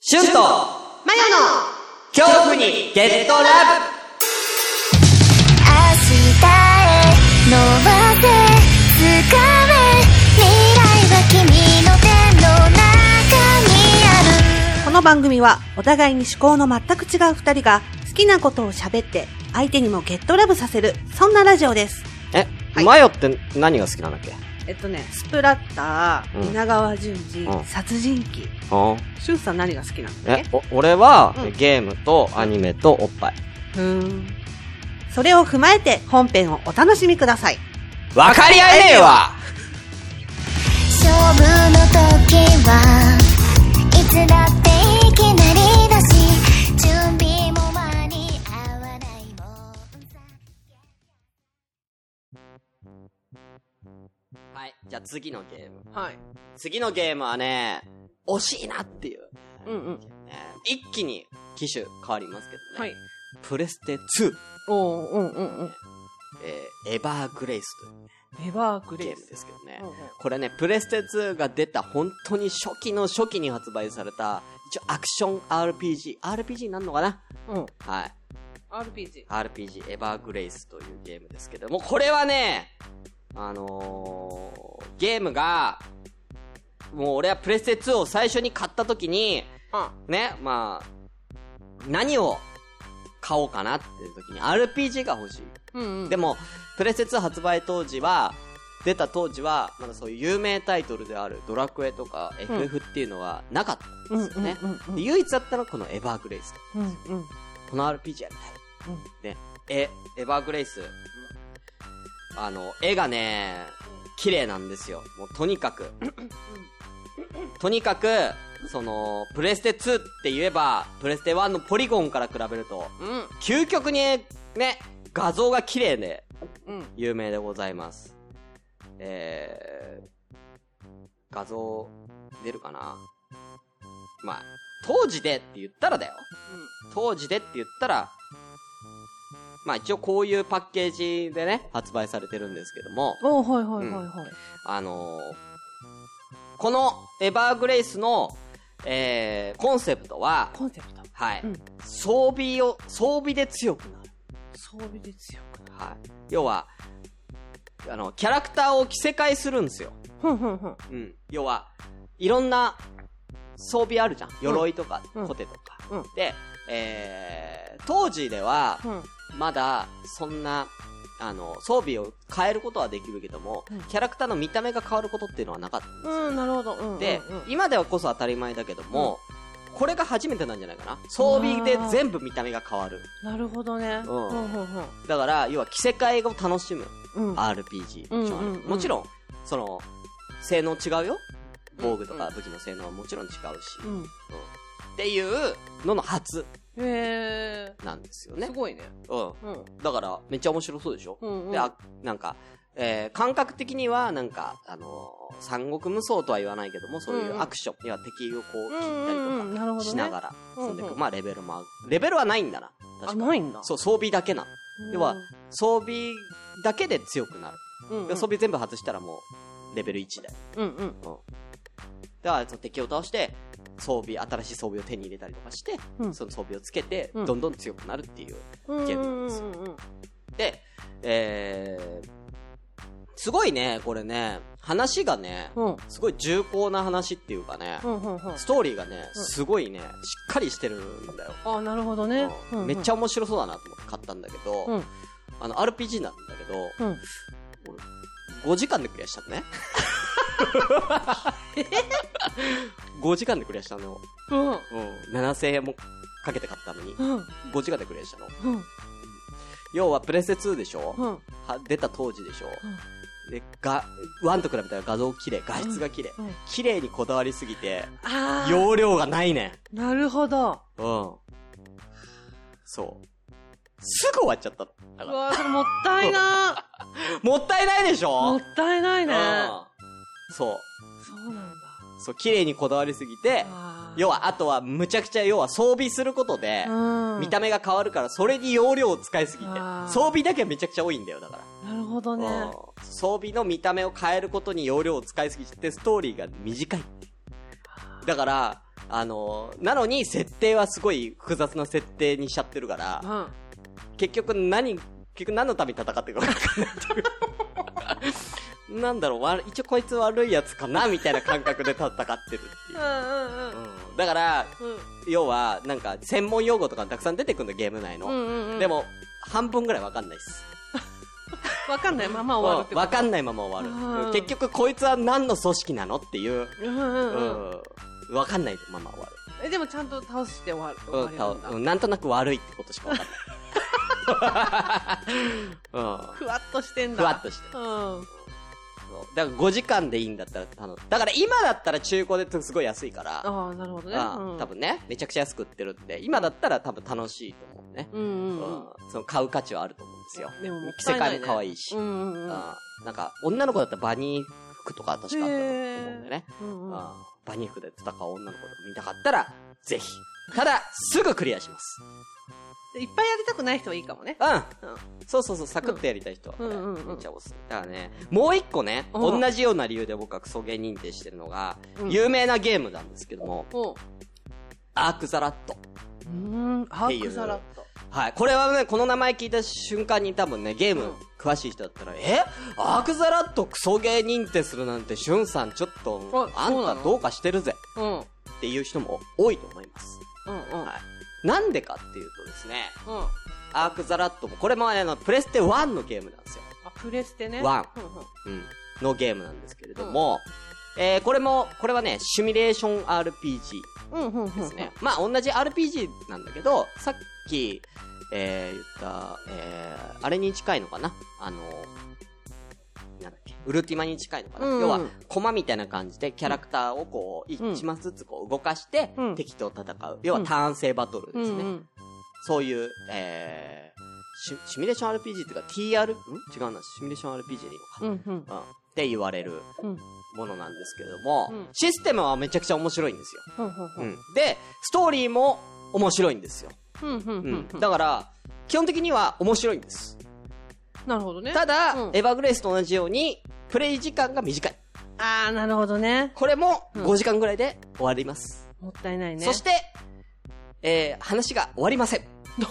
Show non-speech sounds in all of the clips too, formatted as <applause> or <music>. シュンとマヨの恐怖にゲットラブ明日へ伸ばせ掴め未来は君の手の中にあるこの番組はお互いに思考の全く違う二人が好きなことを喋って相手にもゲットラブさせるそんなラジオですえ、はいマヨって何が好きなんだっけえっとねスプラッタうんー稲川淳二、うん殺人鬼あシュンさん何が好きなんだっえけ、お俺は、うんゲームとアニメとおっぱい。ふーんそれを踏まえて本編をお楽しみくださいわかり合えねえわ勝負の時はいつだっていきなりだし準備も間に合わないもんさはい、じゃあ次のゲーム。はい次のゲームはね、惜しいなっていう。うんうんえー一気に機種変わりますけどね。はい。プレステ2、おううんうんうんえーエバーグレイスとエバーいグうゲームスですけどね。うんうんこれね、プレステ2が出た本当に初期の初期に発売された、一応アクション RPG。RPG なんのかなうんはい。 RPG RPG、エバーグレイスというゲームですけども、これはね、あのー、ゲームが、もう俺はプレステ2を最初に買った時に、ね、まあ、何を買おうかなっていう時に RPG が欲しい。うんうんでも、プレステ2発売当時は、出た当時は、まだそういう有名タイトルであるドラクエとか FF っていうのはなかったんですよね。うんうんうんうんで唯一あったのはこのエバーグレイス。うんうんこの RPG やりたい。ね、え、エバーグレイス。あの、絵がね、綺麗なんですよ。もうとにかく。とにかく、その、プレステ2って言えば、プレステ1のポリゴンから比べると、うん究極にね、画像が綺麗で、うん有名でございます。えー、画像、出るかなまあ、当時でって言ったらだよ。当時でって言ったら、まあ一応こういうパッケージでね、発売されてるんですけども、おはいはいはいはいあのーこのエバーグレイスの、えー、コンセプトは、コンセプトはい、うん装備を、装備で強くなる。装備で強くはい。要は、あの、キャラクターを着せ替えするんですよ。ふんふんふんうん。要は、いろんな装備あるじゃん。鎧とか、うんコテとか。うんで、えー、当時では、うんまだ、そんな、あの、装備を変えることはできるけども、うんキャラクターの見た目が変わることっていうのはなかったんですよ。うん、なるほど。うん、で、うんうん今ではこそ当たり前だけども、これが初めてなんじゃないかな。装備で全部見た目が変わる。なるほどね。うんうん、うん、うん。だから、要は着せ替えを楽しむうん、 RPG うんうんうんもちろん、その、性能違うよ。防具とか武器の性能はもちろん違うし。うん。っていうのの初へなんですよー、ねす。ごいね。うん。うん、だから、めっちゃ面白そうでしょうん、うん。で、あ、なんか、えー感覚的には、なんか、あのー三国無双とは言わないけども、そういううんアクション、要は敵をこうう切っん、うたん、うん、りとなるほかどしなね。がら進んでいく。うんうんまあ、レベルも上がレベルはないんだな。あ、確かないんだ。そう、装備だけなの。うん。要は、装備だけで強くなる。うん、うん、装備全部外したらもう、レベル1だよ。うん、うん、だから、その敵を倒して、装備、新しい装備を手に入れたりとかして、うんその装備をつけて、うんどんどん強くなるっていう。うん。ゲーうムなんん、ですうん、うん。で、えー、すごいね、これね、話がね、うん、すごい重厚な話っていうかねう、ん、うん、うん。ストーリーがね、うんすごいね、しっかりしてるんだよ。あ、なるほどね。ううんんうん、めっちゃ面白そうだなと思って買ったんだけど、うんあの、RPG なんだけど、うん。 5時間でクリアしたのね。5時間でクリアしたの。うん、うん。7000円もかけて買ったのに、うん、 5時間でクリアしたの。うん、要はプレステ2でしょ、うん。は出た当時でしょ、でが1と比べたら画像綺麗画質が綺麗、うんうん綺麗にこだわりすぎてあー、容量がないねなるほんど。うんそうすぐ終わっちゃったのだうかわー、それもったいなー。らもったいないでしもょったいないね。うんそうそうなんだ。そう綺麗にこだわりすぎてあー要はあとはむちゃくちゃ要は装備することで、うん。見た目が変わるからそれに容量を使いすぎてあー装備だけはめちゃくちゃ多いんだよだからなるほどね。うん装備の見た目を変えることに容量を使いすぎてストーリーが短いだからあの、なのに設定はすごい複雑な設定にしちゃってるから、うん。結局何、結局何のために戦ってるか分かんないって <laughs> いう。なんだろう、わ一応こいつ悪いやつかなみたいな感覚で戦ってるっていうう。んうんうん。うんだから、要は、なんか、専門用語とかたくさん出てくるの、ゲーム内の。うんうんうん。で、も、半分ぐらいわかんないっす。わかんないまま終わるってこと。わかんないまま終わうる。ん結局、こいつは何の組織なのっていう、うんうんううん。んわかんないまま終わる。え、でもちゃんと倒して終わる。終うわんりたなんだう。ん、なんとなく悪いってことしかわかんない。<laughs> うんふわっとしてんだ。ふわっとしてる。うん。そうだから5時間でいいんだったら、あの、だから今だったら中古ですごい安いから、ああ、なるほどね。うん多。分ね、めちゃくちゃ安く売ってるんで、今だったら多分楽しいと思うね。うんうんうん。うんその買う価値はあると思うんですよ。でももっ着せたいない替ねえも可愛いし。ううんんうんうん。なんか、女の子だったらバニー服とか確かあったと思うんだよね。うんうんうんバニー服で戦う女の子とか見たかったら、ぜひ。ただ、すぐクリアします。でいっぱいやりたくない人はいいかもね。うん。うんそうそうそう、サクッとやりたい人は、これうんうんうんうんめっちゃおすすめ。だからね、もう一個ね、うん同じような理由で僕はクソゲー認定してるのが、うん有名なゲームなんですけども、おう。アークザラット。うん。ハークサラッと。はい。これはね、この名前聞いた瞬間に多分ね、ゲーうムん詳しい人だったら、えアークザラットクソゲー認定するなんて、シュンさんちょっと、ああんそうなたのどうかしてるぜうん。うんっていう人も多いと思います。うん。はいなんでかっていうとですね、うん。アークザラットも、これもあの、プレステ1のゲームなんですよ。あ、プレステね。ワン。うんうんうん。のゲームなんですけれども、えー、これも、これはね、シミュレーション RPG うんうんうん。ですね。まあ、同じ RPG なんだけど、さっき、えー、言った、えー、あれに近いのかなあの、なんだっけ、ウルティマに近いのかな、うんうん要は、コマみたいな感じでキャラクターをこう、うん一マスずつこう動かしてう、ん敵と戦う。要はターン制バトルうんですね。うん。そういう、えー、シシミュレーション RPG っていうか TR? ん違うな、シミュレーション RPG でいいのか。うんうん。うんって言われるうんものなんですけれども、うんシステムはめちゃくちゃ面白いんですよ。うんうんうん。で、ストーリーも面白いんですよ。うんううんうんん。だから、基本的には面白いんです。なるほどね。ただ、うんエヴァグレイスと同じように、プレイ時間が短い。ああ、なるほどね。これもうん5時間ぐらいで終わります。もったいないね。そして、えー、話が終わりません。ど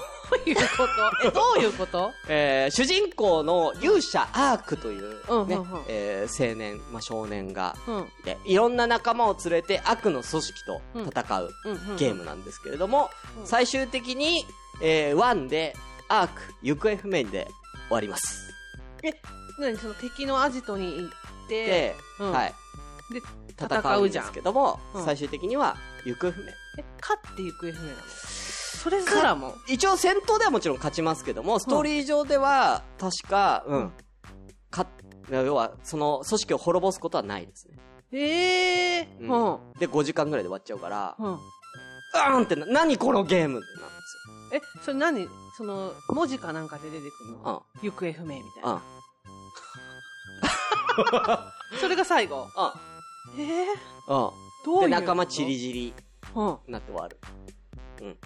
ういうこと <laughs> え、どういうことえー主人公の勇者アークという、ねうんうんうんえー青年、まあ、少年がうん。いて、いろんな仲間を連れて悪の組織と戦ううんうん。ゲームなんですけれども、うん最終的に、えー、1でアーク行方不明で終わります。何その敵のアジトに行って、で、うんはい、で、戦戦うんうでじゃすん。けども、うん最終的には行方不明。え、勝って行方不明なのそれすらも。一応戦闘ではもちろん勝ちますけども、ストーリー上では確か、うん、か、要はその組織を滅ぼすことはないですね。ええー。ううんん。で、5時間ぐらいで終わっちゃうから、うん。うーんってな、何このゲームってなるんですよ。え、それ何その、文字かなんかで出てくるの行方不明みたいうん、うな。ん、 <laughs> それが最後。ええー。どううん。いで、うこと仲間ちりじりにうん。なって終わる。うん。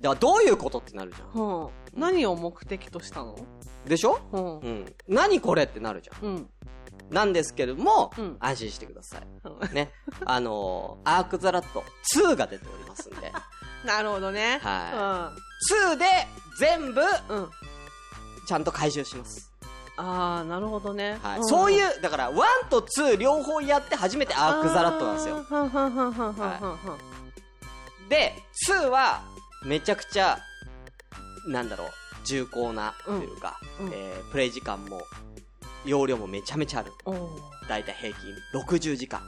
だからどういうことってなるじゃん。うん。何を目的としたのでしょうんう。ん。何これってなるじゃん。うん。 <laughs> なんですけれども、うん安心してください。うんね。 <laughs> あのー、アークザラット2が出ておりますん <laughs> で。なるほどね。は2で全部い。うん。うん。ちゃんと回収します。ああ、なるほどね。はい。そうういう、だから1と2両方やって初めてアークザラットなんですよあ。ーはんはんはんはんはんはんはんで、2は、めちゃくちゃ、なんだろう、重厚な、というか、うんうんえー、プレイ時間も、容量もめちゃめちゃある。おだいたい平均60時間。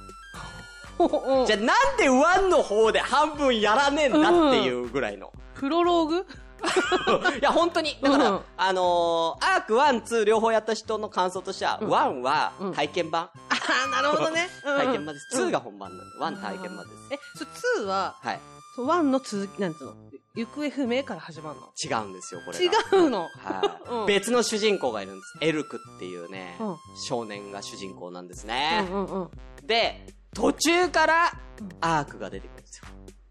ーじゃあなんで1の方で半分やらねえんだっていうぐらいの。プロローグ <laughs> いや、本当に。だから、うんあのー、アーク1、2両方やった人の感想としては、ん1はうん体験版。ああ、なるほどね。うん体験版です。うん2が本番なんで、1体験版です。え、それ2は、はい。その1の続き、なんつうの行方不明から始まるの違うんですよ、これが。違うのはい、うん別の主人公がいるんです。エルクっていうね、うん少年が主人公なんですうねん。うんうん。で、途中からうんアークが出てくるんですよ。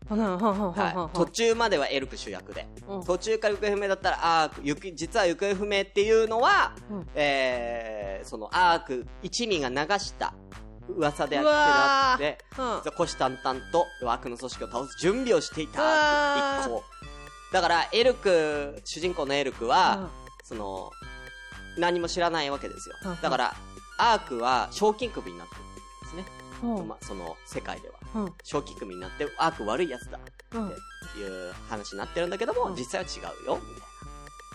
はんはんはんはんはんははい、途中まではエルク主役で。ん途中から行方不明だったら、アーク、行き実は行方不明っていうのは、うんえー、そのアーク一味が流した、噂であってなって、うん実は虎視眈々と悪の組織を倒す準備をしていたあー一個だからエルク主人公のエルクは、その何も知らないわけですようんうんだからアークは賞金首になってるんですね、うんうんまあ、その世界ではうん賞金首になってアーク悪いやつだうんっていう話になってるんだけども、うん実際は違うよみたい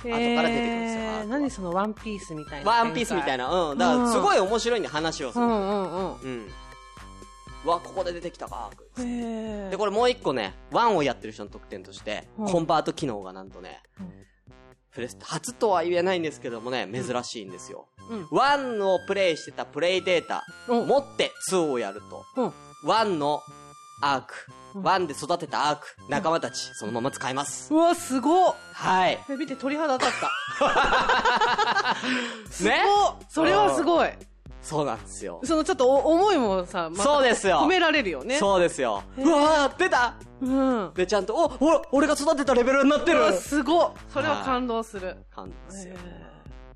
へー後から出てくるんですよアークは何そのワンピースみたいななワンピースみたいななうんだからすごい面白いんで話をすうるんうんうん、うわここで出てきたかアークうんへえで、これもう一個ね、ワンをやってる人の特典として、うんコンバート機能がなんとねうん、プレステ、初とは言えないんですけどもね、珍しいんですよ。うんワンをプレイしてたプレイデータ、うん持って2をやると、うんワンのアーク、うんワンで育てたアーク、仲間たち、そのまま使えます。うわすごっはい。え見て鳥肌立ったすごっねそれはすごいそうなんですよ。そのちょっとお思いもさ、またそうですよ込められるよね。そうですよ。へうーわー、出たうん。で、ちゃんと、お、ほら、俺が育てたレベルになってうるわすごっそれは感動する。感じですよ。へ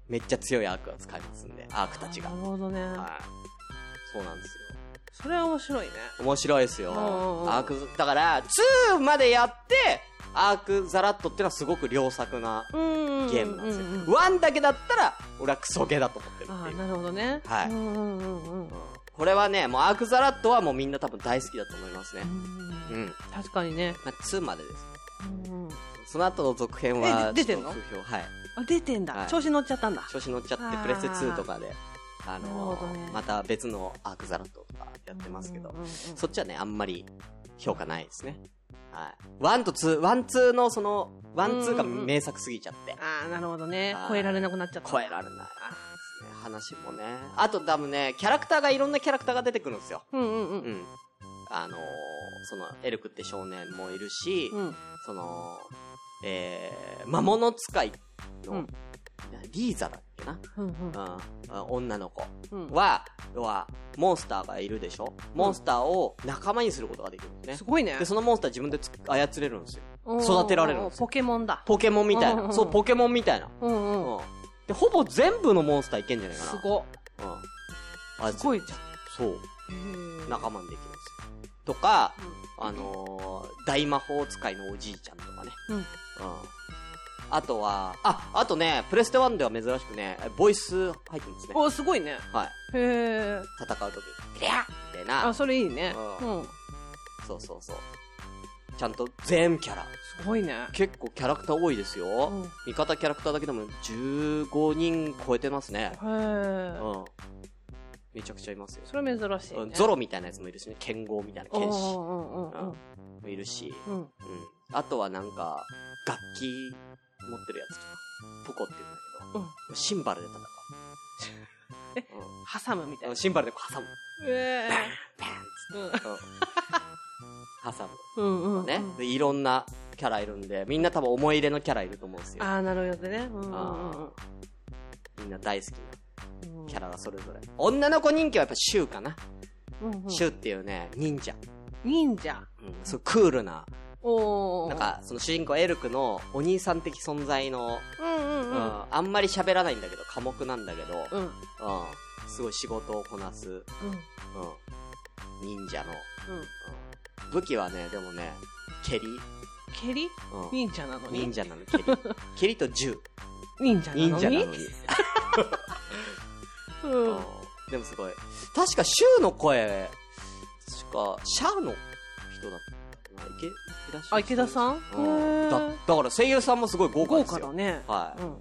めっちゃ強いアークは使えますんで、アークーたちがな。るほどね。はい。そうなんですよ。それは面白いね。面白いですよ。うんうんうんアーク、だから、2までやって、アークザラットってのはすごく良作なうん。ゲームなんですよ。ううう1だけだったら、俺はクソゲーだと思ってるあってあ、いう。なるほどね。はいうんうんうんうん。これはね、もうアークザラットはもうみんな多分大好きだと思いますねう。うんん。確かにね。まあ、2までです。うんうんその後の続編は、え出てんのちょっと不評はい。あ、出てんはだ。い調子乗っちゃったんだ。調子乗っちゃっあーて、プレステ2とかで、あのなるほどねまた別のアークザラットとかやってますけどうんう、んうんうんそっちはね、あんまり評価ないですね。はい。ワンとツー、ワンツーのその、ワンツーが名作すぎちゃって、ああ、なるほどねは。い超えられなくなっちゃった。超えられないですね。話もね。あと多分ね、キャラクターがいろんなキャラクターが出てくるんですよ。うんうんう。うんん。あのーその、エルクって少年もいるし、うん。その、えー、魔物使いの、うんリーザだっけな、うんうんうんあ、女の子うん。は、要は、モンスターがいるでしょモンスターを仲間にすることができるんですね。すごいね。で、そのモンスター自分でつ操れるんですよ。うん育てられるんですよポケモンだ。ポケモンみたいうんうんうな。んそう、ポケモンみたいな。うんうん。うん。で、ほぼ全部のモンスターいけんじゃないかな。すごっ。うん。あすごいじゃん。そう。へえ仲間にできるんですよ。とか、あのー大魔法使いのおじいちゃんとかね。うんうん。あとは、あ、あとね、プレステ1では珍しくね、ボイス入ってるんですね。おすごいね。はい。へえ。戦うときに、キャーみたいあ、な。それいいね。ううん。そうそうそう。ちゃんと全キャラ。すごいね。結構キャラクター多いですよ。うんへ味方キャラクターだけでも15人超えてますね。うえ。ん。めちゃくちゃいますよ。それ珍しいね。うんゾロみたいなやつもいるしね。剣豪みたいな剣士もうんうんうんいるし。うん。うん。うん。あとはなんか、楽器持ってるやつとか。ポコって言うんだけど。シンバルで戦う。挟むみたいうんな。シンバルでこう挟む。えパンえ。うんつって。挟うんうんうむ。ん。ね。でいろんなキャラいるんで、みんな多分思い入れのキャラいると思うんですよ。ああ、なるほどね。うんうんあーみんな大好きなうん。キャラがそれぞれ。女の子人気はやっぱシュウかな。うんうん。シュウっていうね、忍者。忍者。うん、すごいクールな、おお。なん、か、その主人公エルクのお兄さん的存在の、うんうんううん。ん、あんまり喋らないんだけど、寡黙なんだけど、うんうん。うん、すごい仕事をこなす、うん、忍者の、うん、武器はね、でもね、蹴り、蹴りう忍者なのん、忍に。者なの、 <laughs> 蹴り。蹴りと銃、忍者忍な者のなのにに。ううんん。でもすごい。確か、シュウの声、確か、シャアの人だったかな。池池田あ、池田さんへうん、えだだから声優さんもすごい豪華豪です華だよ。ね。はうい、ん。うん。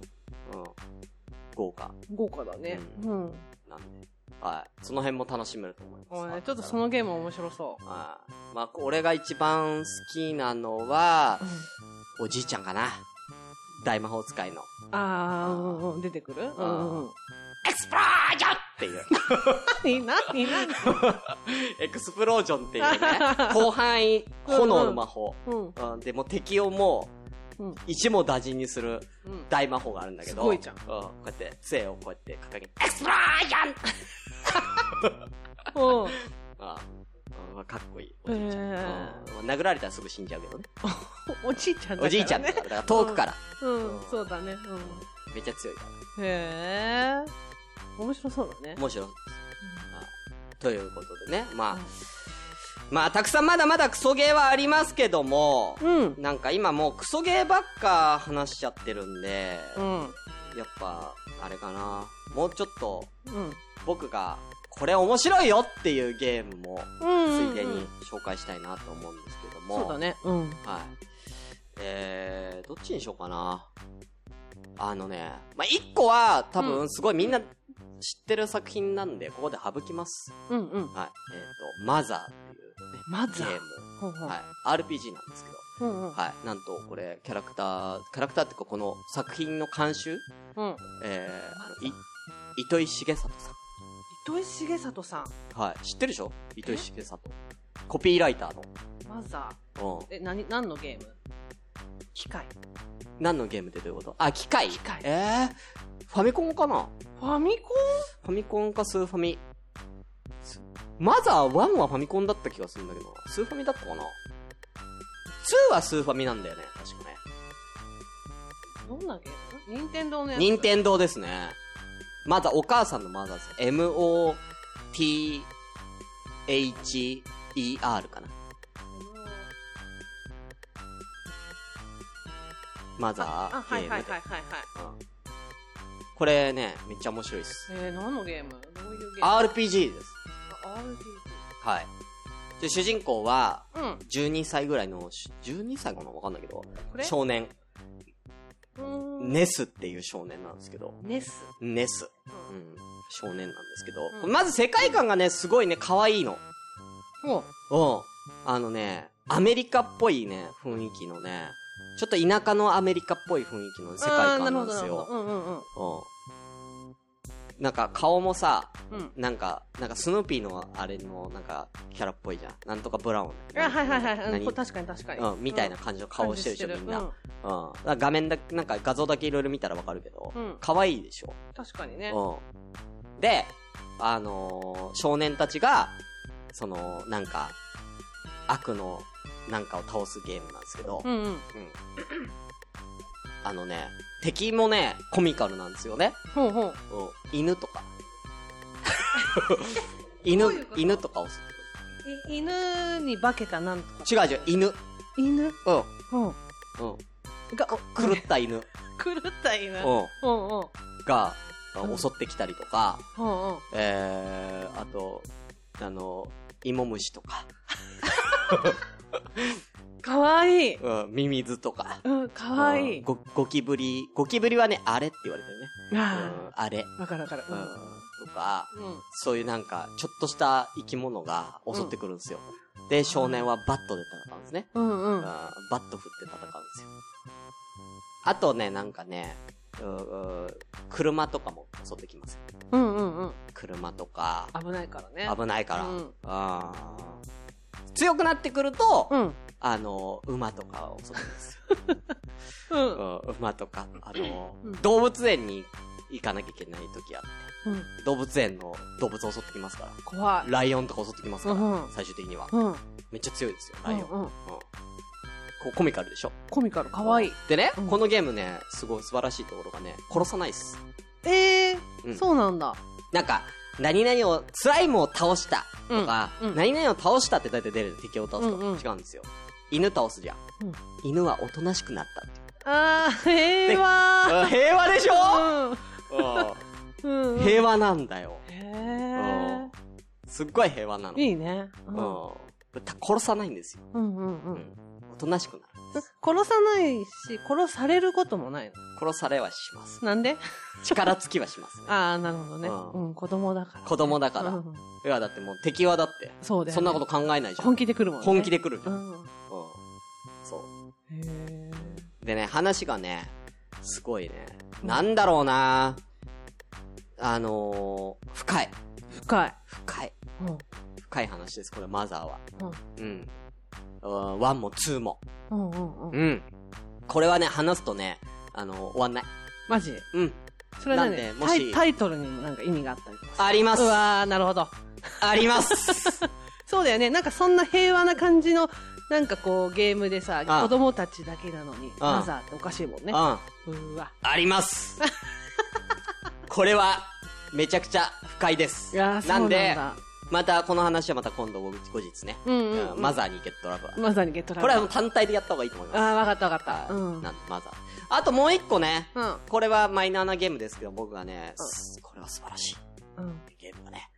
豪華豪華だね。うん。なんで。はい。その辺も楽しめると思いおいまねす。ちょっとそのゲーム面白そう。はい。まあ、俺が一番好きなのは、おじいちゃんかな。大魔法使いの。ああ、うんうん、出てくるうんうんうん。エクスプロージョンっていう。何何 <laughs> 何エクスプロージョンっていう <laughs> ね。広範囲炎の魔法。うんうん、でもう敵をもう、うん一網打尽にするうん。大魔法があるんだけど。すごいじゃんうん、こうやって、杖をこうやって掲げて、エクスプロージョンうん。ああ、かっこいい。おじいちゃん。へうんえまあ殴られたらすぐ死んじゃうけ <laughs> どね。おじいちゃんだからねおじいちゃんだから、だから遠くから。うん、そうだね。うめっちゃ強いから。ん。へえ。面白そうだね。面白い。ということでね。まあ、うんまあ、たくさんまだまだクソゲーはありますけども、うん。なんか今もうクソゲーばっか話しちゃってるんで、うん。うん。やっぱ、あれかな。もうちょっと、僕が、これ面白いよっていうゲームも、つうん。いでに。紹介したいなと思うんですけども。そうだね。うん。はい。えー、どっちにしようかな。あのね、まあ、一個は多う分すごいみんな知ってる作品なんで、ここで省きます。うんうん。はい。えっ、と、マザーっていうね、まずはゲー。ほうほム。うはい。RPG なんですけど。うんうん。はい。なんと、これ、キャラクター、キャラクターっていうか、この作品の監修、うん。えー、あの、い、糸井重里さ糸井重里さん。ん。はい。知ってるでしょ糸井重里。コピーライターマザの。うんー。。え、なに、何のゲーム機械。何のゲームってどういうことあ、機械機械えー、ファミコンかなファミコファミコンかスーファミ。スマザー1はファミコンだった気がするんだけどな、スーファミだったかな ?2 はスーファミなんだよね、確かね。ンどんなゲーム任天堂のやつ。任天堂ですね。マザー、お母さんのマザーです。M-O-T-H-E-R かな。マザあ、あはーゲいーはムいはでい。はいはい。うんこれね、めっちゃ面白いっす。えー、何のゲームどういうゲーム RPG です。 RPG。はい。で、主人公は、うん。 12歳ぐらいの、し12歳かなわかんないけど、これ少年、うーんネスっていう少年なんですけど、ネス。ネス。ううんん、少年なんですけど、うんまず世界観がね、すごいね、可愛いの。ほうう。ん。あのね、アメリカっぽいね、雰囲気のね、ちょっと田舎のアメリカっぽい雰囲気の世界あー観なんでするほよ。どなるほどうん。なんか顔もさ、うんうんうん。なんか、なんかスヌーピーのあれの、なんか、キャラっぽいじゃん。なんとかブラウン。うん。あ、はいはいはい。うん何これ確かに確かに。うん、みたいな感じの顔してるでしょ、みんな。うん。だから画面だけ、なんか画像だけいろいろ見たらわかるけどうん、可愛いでしょ。確かにね。うん。で、あのー少年たちが、その、なんか、悪の、なんかを倒すゲームなんですけど、うんうん。あのね、敵もね、コミカルなんですよね。ほうほう。うん犬と <laughs> か。犬どういうこ、と犬とかをすい犬に化けたなんとか。る。違う違う、犬。犬うん。ううん。ん。が、が狂った犬。うん。狂った犬。うんうん。うんが、うん襲ってきたりとか、うん。えー、あと、あの、芋虫とか、かわいい。うん、ミミズとか、うん、かわいうんい。ごゴキブリ、ゴキブリはね、あれって言われてるね。うんあ、あれ、あ。わかるわかる。うん、とか、うん。うん。そういうなんか、ちょっとした生き物が襲ってくるんですよ。で、少年はバットで戦うんですね。うんううんん。バット振って戦うんですよ。あとね、なんかね、うんうん車とかも襲ってきますよ。うんうんうん。車とか、危ないからね。危ないから。うんあー強くなってくると、うん。あの、馬とかを襲うんですよ。<laughs> うん。うん馬とか、あの、うん動物園に行かなきゃいけない時あって、うん動物園の動物を襲ってきますから。怖い。ライオンとか襲ってきますから、うん最終的には。うん。めっちゃ強いですよ、うライオン。んうん。うんこうコミカルでしょコミカル、かわいい。。でね、うんこのゲームね、すごい素晴らしいところがね、殺さないっす。ええうんそうなんだ。なんか、何々を、スライムを倒したうんとか、うん何々を倒したって大体出る敵を倒すと、うんうん違うんですよ。犬倒すじゃん。うん犬はおとなしくなったってあー、平和。いう。平和でしょ、うん。うん。平和なんだよ。へえ。すっごい平和なの。いいね。ううんん。た殺さないんですよ。うんうんうう。んん。おとなしくなる。殺さないし、殺されることもないの。殺されはします。なんで力尽きはしますね。ああ、なるほどね。うんうん、子供だから。子供だから。ういんや、だってもう敵はだって。そうだよねそんなこと考えないじゃん。本気で来るもんね。本気で来るじゃ。うんうん。ん。そへえ。う。でね、話がね、すごいね。なんだろうなあのー、深い。深い。深い。うん。深い話です、これ、マザーは。うんうん。うん。ワンもツーも。うんうんうん。うん。これはね、話すとね、あの終わんない。マジうん。それはねなんでもタしイ、タイトルにもなんか意味があったりとかありますう。わー、なるほど。あり <laughs> ます。そうだよね。なんかそんな平和な感じの、なんかこう、ゲームでさ、あ子供たちだけなのに、マザーっておかしいもんうねん。。あうーわ。り <laughs> ます。これは、めちゃくちゃ深いです。いやー、そうななんんで、だ。また、この話はまた今度、後日ね。うんうんうんマザーにゲットラブは。まさにゲットラこブ。れはもう単体でやった方がいいと思います。ああ、わかったわかった。うはい。ん。うん。なんマザー。あともう一個ね。これはマイナーなゲームですけど、僕がね、すこれは素晴らしいうんゲームがね。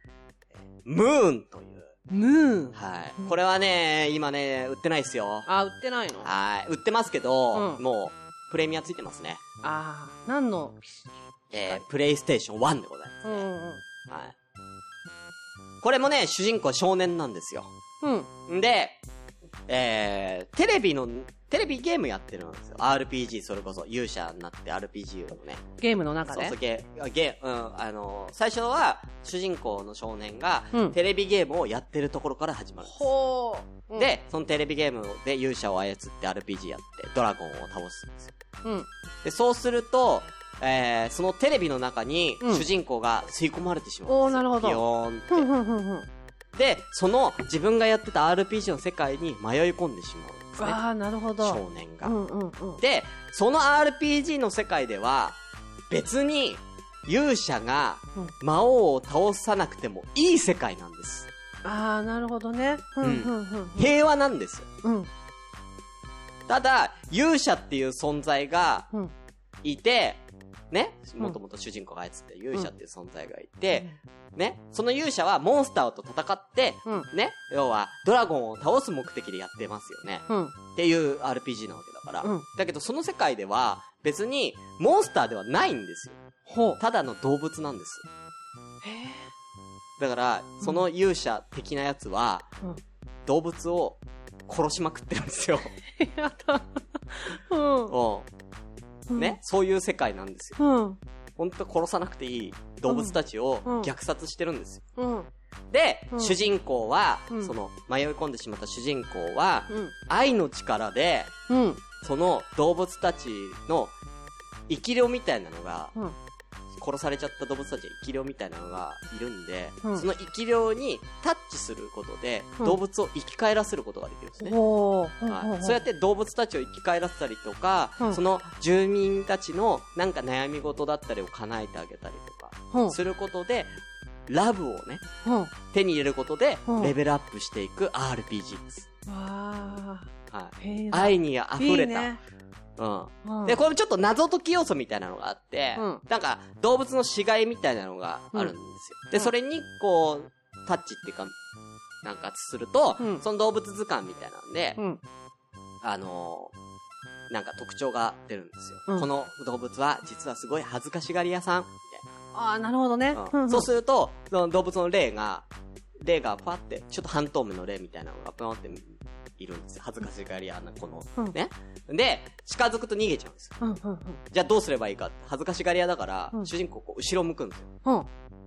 えームーンという。ムーン。はい。これはね、今ね、売ってないですよ。あ、売ってないのあはい。売ってますけど、うんもう、プレミアついてますね。あー、何のえー、プレイステーション1でございまうんうんす。はい。これもね、主人公は少年なんですよ。うん。うん。んで、えー、テレビの、テレビゲームやってるんですよ。RPG、それこそ、勇者になって RPG をね。ゲームの中そうでそう、。ゲー、ゲー、うん、あのー最初は、主人公の少年が、うんテレビゲームをやってるところから始まるんです。ほう。うん、で、そのテレビゲームで勇者を操って RPG やって、ドラゴンを倒すんですよ。うん。で、そうすると、えー、そのテレビの中に、うん主人公が吸い込まれてしまおうんーですよ。なるほどビヨーンって。ふんふんふんふん。で、その自分がやってた RPG の世界に迷い込んでしまうんですね。ああ、なるほど。少年うが。んうんうん。で、その RPG の世界では、別に勇者がうん魔王を倒さなくてもいい世界なんです。ああ、なるほどね。うんうんうん平和なんですよ。うん。ただ、勇者っていう存在がうん。いて、ね、んもともと主人公が操ってる勇者っていう存在がいて、ね、その勇者はモンスターと戦って、うん。ね、要はドラゴンを倒す目的でやってますよね。うん。っていう RPG なわけだから。うんだけどその世界では別にモンスターではないんですよ。ほう。ただの動物なんです。へえ。だから、その勇者的なやつは、うん動物を殺しまくってるんです <laughs> よ。やだ。う。うんん。ね、。そういう世界なんですよ。うん。ほんと殺さなくていい動物たちをうん虐殺してるんですよ。うん。で、うん主人公は、うんその迷い込んでしまった主人公は、うん。愛の力で、うん。その動物たちの生き量みたいなのが、うん殺されちゃった動物たちの生き量みたいなのがいるんで、うんその生き量にタッチすることで、うん動物を生き返らせることができるんですね。ほう。はいそうやって動物たちを生き返らせたりとか、うんその住民たちのなんか悩み事だったりを叶えてあげたりとか、うん。することで、ラブをね、うん。わ手に入れることでう、んレベルアップしていく RPG です。あ。はい。へえ。愛に溢れた。いいねうん。うんで、これもちょっと謎解き要素みたいなのがあって、うんなんか動物の死骸みたいなのがあるんですよ。うで、んそれにこう、タッチっていうか、なんかすると、うんその動物図鑑みたいなんで、うん。あのーなんか特徴が出るんですよ、うんこの動物は実はすごい恥ずかしがり屋さん、みああ、なるほどねたいな。。んうんんそうすると、その動物の霊が、霊がパって、ちょっと半透明の霊みたいなのがパーっているんですよ。恥ずかしがり屋なこの、うんね。で、近づくと逃げちゃうんですようんうんじゃあどうすればいいかって恥ずかしがり屋だから、うん主人公こう後ろ向くんですよ。うん。うん。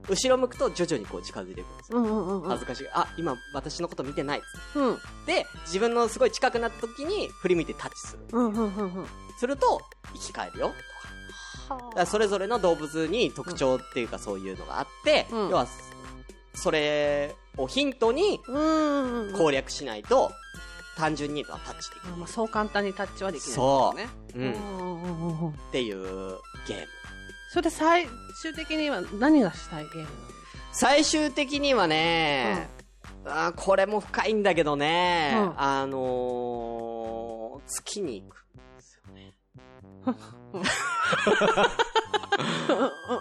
後ろ向くと徐々にこう近づいていくんですよ。うんうんうんうん。恥ずかしが、あ、今私のこと見てないっつって。うん。で、自分のすごい近くなった時に振り向いてタッチする。うんうんうんうん。すると、生き返るよ。だからそれぞれの動物に特徴っていうかそういうのがあって、うん要は、それをヒントにうんうんうん。攻略しないと、単純にはタッチできあない。まあ、そう簡単にタッチはできないそうね。うん。っんうんうんうんうん。ていうゲーム。それで最終的には何がしたいゲームなの最終的にはね、あーこれも深いんだけどね、うんあのー、月に行く。うん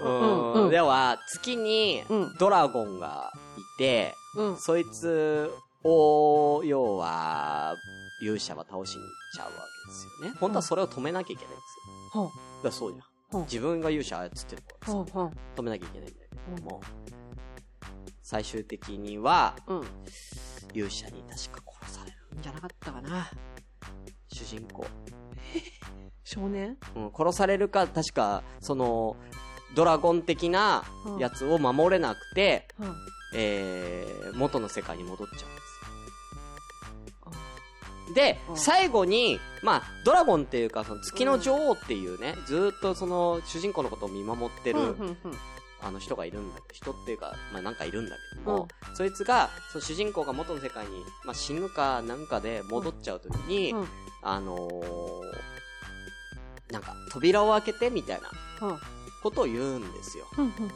うんでは、月にうんドラゴンがいて、うんそいつを、要は、勇者は倒しに行っちゃうわけですよね。本当はそれを止めなきゃいけないんですよ。ほうだからそうじゃん。うん自分が勇者操ってるからさほうほう止めなきゃいけないんだけども、最終的には、うん勇者に確か殺されるんじゃなかったかな。主人公。少年うん、殺されるか、確か、その、ドラゴン的なやつを守れなくて、うんあえー、元の世界に戻っちゃうんですよ。で、うん最後に、まあ、ドラゴンっていうか、その月の女王っていうね、ずーっとその、主人公のことを見守ってうる、んうんうんあの人がいるんだけど、人っていうか、まあなんかいるんだけども、そいつが、その主人公が元の世界に、まあ死ぬかなんかで戻っちゃうときに、うんあのー、なんか扉を開けてみたいなうんことを言うんですよ。うんうんうんうん。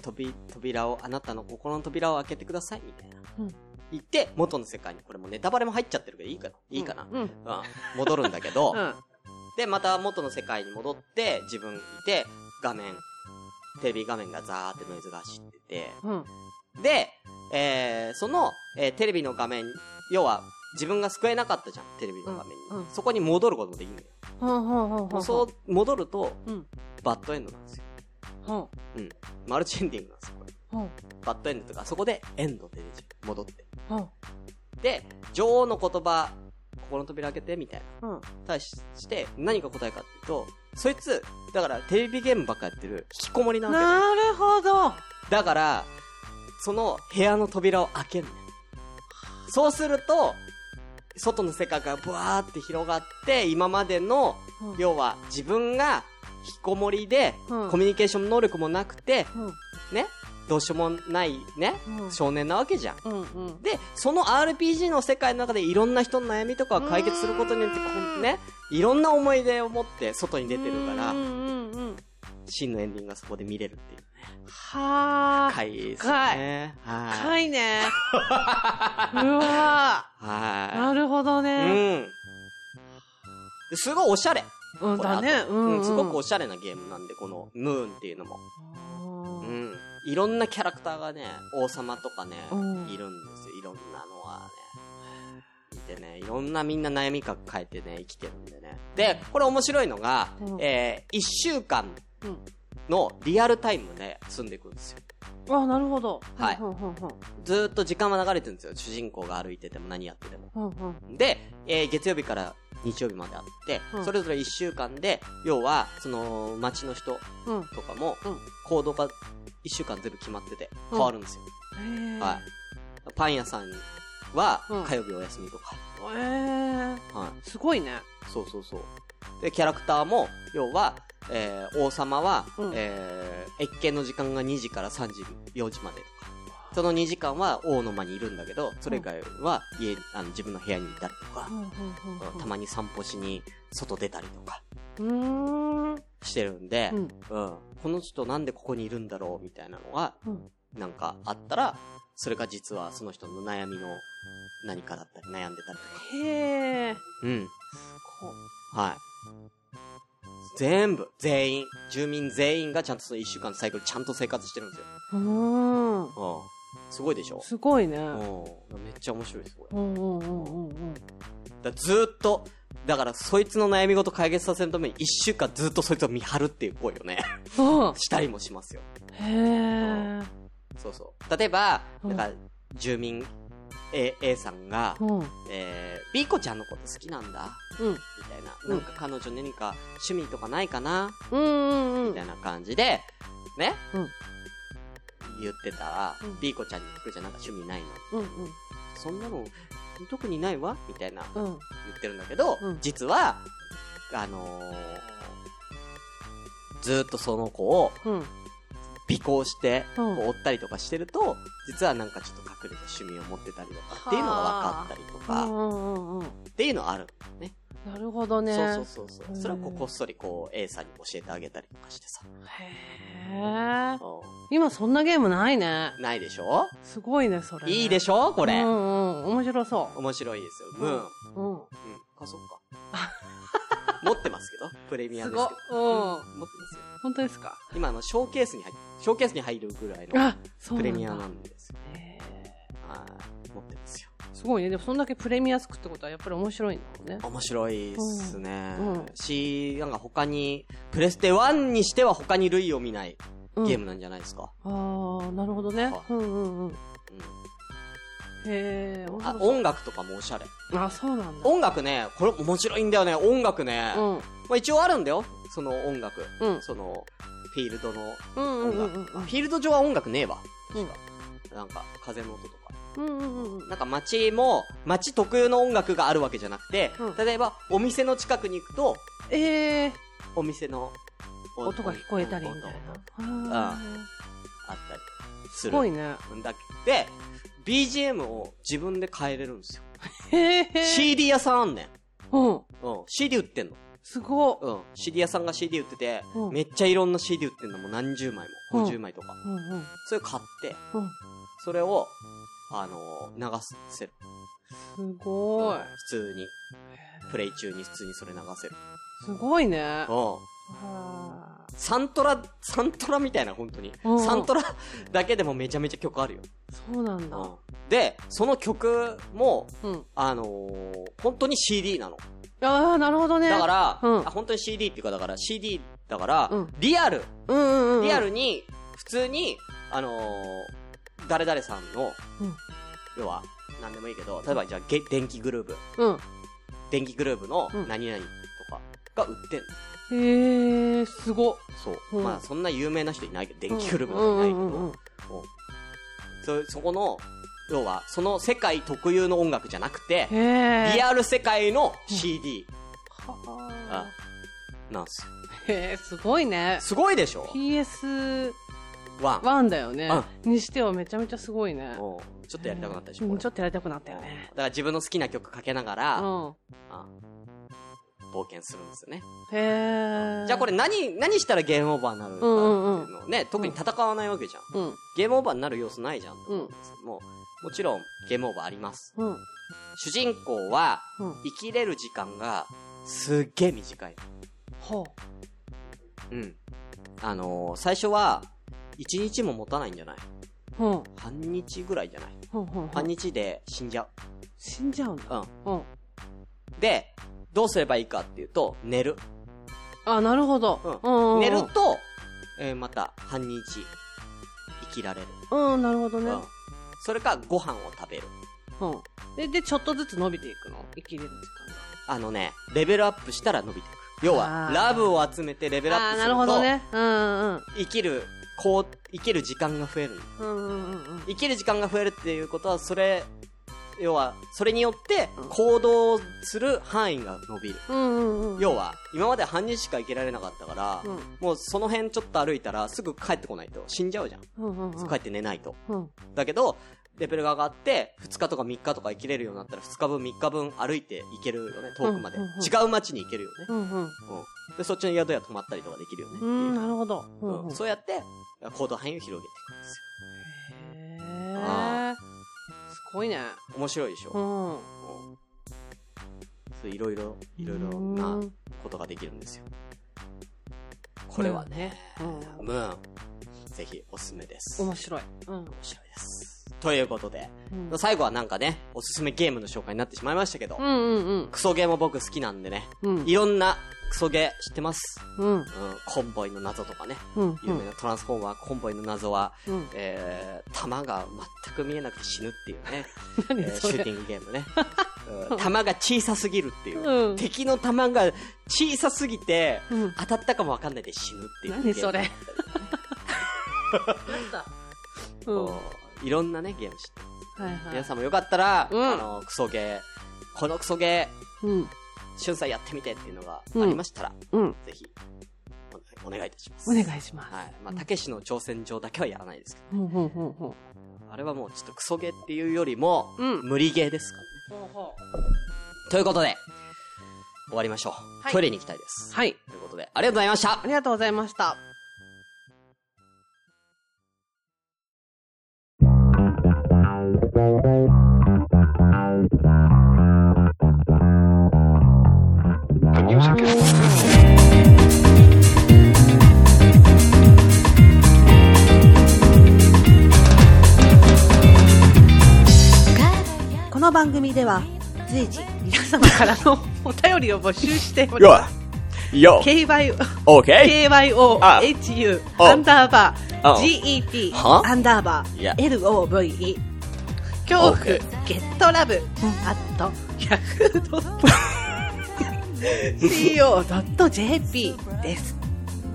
扉、扉を、あなたの心の扉を開けてください、みたいな。うん言って、元の世界に、これもうネタバレも入っちゃってるけど、いいかな、いいかな。うん。うん。うん。戻るんだけど、うんで、また元の世界に戻って、自分いて、画面、テレビ画面がザーってノイズが走ってて、うん。で、えー、その、えーテレビの画面、要は、自分が救えなかったじゃん、テレビの画面に。うんうんそこに戻ることもできんのよ。ほんほんほんほん。そう、戻ると、うん。バッドエンドなんですよ。ほん。マルチエンディングなんですよ、これ。ほん。バッドエンドとか、そこでエンドって出ちゃう。戻って。ほん。で、女王の言葉、心の扉開けて、みたいな。うん。対しして、何が答えかっていうと、そいつ、だからテレビゲームばっかやってる、引きこもりなわけだよなるほど。だから、その部屋の扉を開けるのよそうすると、外の世界がブワーって広がって、今までの、うん要は自分が引きこもりで、うんコミュニケーション能力もなくて、うん。ね、どうしようもないね、うん少年なわけじゃん。うんうん。で、その RPG の世界の中でいろんな人の悩みとかを解決することによって、こうーんうね、いろんな思い出を持って外に出てるからうん、うんうん。真のエンディングがそこで見れるっていう。はあ。深いですね。はい。深いね。うわーなはるほどい。うね。ん。ですごいおしゃれ。うん。だね。こうれあとん。すごくおしゃれなゲームなんで、このムーンっていうのも。うあん。いろんなキャラクターがね、王様とかね、うんいるんですよ。いろんなのはね。いてね、いろんなみんな悩み抱えてね、生きてるんでね。で、これ面白いのが、うんえー、一週間うんのリアルタイムで進んでいくんですよ。ー。あ、なるほど。はいうんうんうんずーっと時間は流れてるんですよ。主人公が歩いてても何やってても。うんうんで、えー月曜日から日曜日まであって、うんそれぞれ1週間で、要は、その、街の人うん。とかもうん、行動が1週間全部決まってて、変わるんですよ。へえ。はい。パン屋さんはうん、火曜日お休みとか、えー。はい。すごいね。そうそうそう。で、キャラクターも、要は、えー王様は、うんえー越見の時間が2時から3時、4時までとか。その2時間は王の間にいるんだけど、それ以外は家、あの自分の部屋にいたりとかう、んうんうんうんたまに散歩しに外出たりとかうーん。してるんで、ううんん。この人なんでここにいるんだろうみたいなのが、うんなんかあったら、それが実はその人の悩みの何かだったり、悩んでたりとか。へえ。うん。はい。全部、全員、住民全員がちゃんとその一週間のサイクルちゃんと生活してるんですよ。うーん。うん。すごいでしょすごいうね。ん。めっちゃ面白いです、これ。うんうんうんうんうん。だからずーっと、だからそいつの悩み事解決させるために一週間ずっとそいつを見張るっていう行為をね、そう。したりもしますよ。へえ。そうそう。例えば、うんだから、住民 A, A さんが、うん。えー、B 子ちゃんのこと好きなんだ、うん。みたいな。うんなんか彼女何か趣味とかないかな、うんうんうみんた。いな感じで、ね、うん言ってたらうん、 B 子ちゃんに聞くじゃん、なんか趣味ないのうんうんそんなの、特にないわみたいなう言ん。うんってるんだけど、うん実は、あのー、ずーっとその子をうん。尾行して、こうんう追ったりとかしてると、実はなんかちょっと隠れた趣味を持ってたりとかっていうのが分かったりとうか、んうんうんうん。っていうのはある。なるほどね。そうそうそうそう。それをこうんうこっそりこう A さんに教えてあげたりとかしてさ。へえ。う今そんなゲームないね。んないでしょすごいね、それね。いいでょしょここれう。んうん。面白そ面白いですよ。ムうーン。うんん。う。貸そう <laughs> か。持ってますけど。プレうミん。アすですけごどい。。うん。持ってますよ。本当ですか今、あの、ショーケースに入る、ショーケースに入るぐらいのあ、そうプなレんミアなだ。んですよ。へえはい。持ってますよ。すごいね。でもそんだけプレミアつくってことはやっぱり面白いんだろうね。面白いっすねうんうん。し、なんか他に、プレステ1にしては他に類を見ないうんゲームなんじゃないですか。ああ、なるほどねは。いうんうんううん。へんえ、面あ白、そう音楽とかもおしゃれ。あ、そうなんだ。音楽ね、これ面白いんだよね、音楽ね。うまん。あ一応あるんだよ、その音楽。うん。その、フィールドの、うんうんうんうん。フィールド上は音楽ねえわ。確か。なんか、風の音とか。うんうんうんうん。なんか街も、街特有の音楽があるわけじゃなくて、うん例えばお店の近くに行くと、ええ、お店のお音が聞こえたりみたいな。あーあったりすする。ごいね。んだで、BGM を自分で変えれるんですよ。へえ。 CD 屋さんあんねん。ううん。ん。CD 売ってんの。すごっ。うん。CD 屋さんが CD 売ってて、うんめっちゃいろんな CD 売ってんのもう何十枚うも、ん50枚とか。うんうん。それ買って、うんそれを、あのー流せる。すごい。普通に。プレイ中に普通にそれ流せる。すごいね。あうん。ーサントラ、サントラみたいな、本当に。うんサントラだけでもめちゃめちゃ曲あるよ。そうなんだ。で、その曲も、うん。あのー本当に CD なの。ああ、なるほどね。だから、うんあ本当に CD っていうか、だから CD だから、うんリアル、うんうんうん。リアルに、普通に、あのー誰々さんの、うん要は、なんでもいいけど、例えばじゃあ、げ電気グルーブ、うん。電気グルーブのうん何々とかが売ってんの。へえ、すごっ。そう。うんまあ、そんな有名な人いないけど、電気グループうんなんていないけど、うんうんうんそそこの、要は、その世界特有の音楽じゃなくて、へえ。リアル世界の CD はあなんすよ。ーへえ、すごいね。すごいでしょ PS1 ワン。だよね。にしてはめちゃめちゃすごいね。うんちょっとやりたくなったでしょ、うんこれちょっとやりたくなっただよかね。ら自分の好きな曲かけながうら、ん。冒険するんですよね。へえ。じゃあこれ何、何したらゲームオーバーになるのかっていうのをね、特に戦わないわけじゃん。うん。ゲームオーバーになる要素ないじゃん。うんですけども、もちろんゲームオーバーあります。うん。主人公はうん。生きれる時間がすっげえ短い。ほ。うん。あのー最初は1日も持たないんじゃないううん。半日ぐらいじゃないほんほんほ半ん。日で死んじゃ死んじゃうんだ。う。うん。うん。で、どうすればいいかっていうと、寝る。あ、なるほど。ううん。寝ると、えーまた半日生きられる。うん、なるほどうねん。。それか、ご飯を食べる。うん。で、で、ちょっとずつ伸びていくの。生きれる時間が。あのね、レベルアップしたら伸びていく。要はあ、ーラブを集めてレベルアッあープすなるるほと、どね。うんうん。生きる、こう、生きる時間が増える。うんうんうんうん。生きる時間が増えるっていうことは、それ、要は、それによってうん行動する範囲が伸びる。うんうんうん。要は、今まで半日しか生きられなかったから、うんもうその辺ちょっと歩いたらすぐ帰ってこないと死んじゃうじゃん。うんうんうん。帰って寝ないと。うん。だけど、レベルが上がって、2日とか3日とか生きれるようになったら、2日分3日分歩いて行けるよね、遠くまで。うんうんうん違う街に行けるよね。うんううん。ん。で、そっちの宿屋泊まったりとかできるよねってういん、う。なるほど。ううんんうん。そうやって、行動範囲を広げていくんですへあーすごいね。よ。面白いでしょ、うん。うんそういろいろ、いろいろなことができるんですよ。これはね、うんムーン、ぜひおすすめです。面面白い。うん。白いです。ということで、うん最後はなんかね、おすすめゲームの紹介になってしまいましたけど、うんうんクソゲーも僕好きなんでね、うん。うん。いろんなクソゲー知ってます。うん。うん、コンボイの謎とかね、うん。有名なトランスフォーマー、コンボイの謎は、うん。えー、弾が全く見えなくて死ぬっていうね、え何ー <laughs> そシューれティングゲームね。 <laughs> うん弾が小さすぎるっていう。うん。敵の弾が小さすぎて、うん。当たったかもわかんないで死ぬっていう。何それ。う。うんんうはんいろんなね、ゲーム知ってる。いはい。皆さんもよかったら、うんあの、クソゲー、このクソゲー、うん。しゅんさんやってみてっていうのがありましたら、うん。ぜひお、お願いいたします。お願いします。はい。まあ、たけしの挑戦状だけはやらないですけうんうんうんうん。ど、あれはもうちょっとクソゲーっていうよりも、うん無理ゲーですからね。ほうほうということで、終わりましょう。はいトイレに行きたいです。はい。ということで、ありがとうございましたありがとうございました。この番組では随時皆様からのお便りを募集しておりよます。よ KY、 OK KYO、あ HU、あアンダーバあー、GET、はアンダーバいやー LOVE 恐怖 Okay ゲットラブアット yahoo.co.jp です <laughs>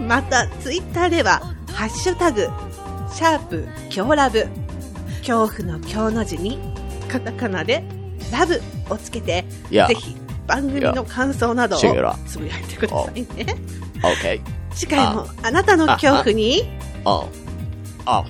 ままたツイッターでは「ハッシュタグシャープ強ラブ」恐怖の強の字にカタカナで「ラブ」をつけていやぜひ番組の感想などをシングラつぶやいてくださいね OK 次回もあなたの恐怖にああ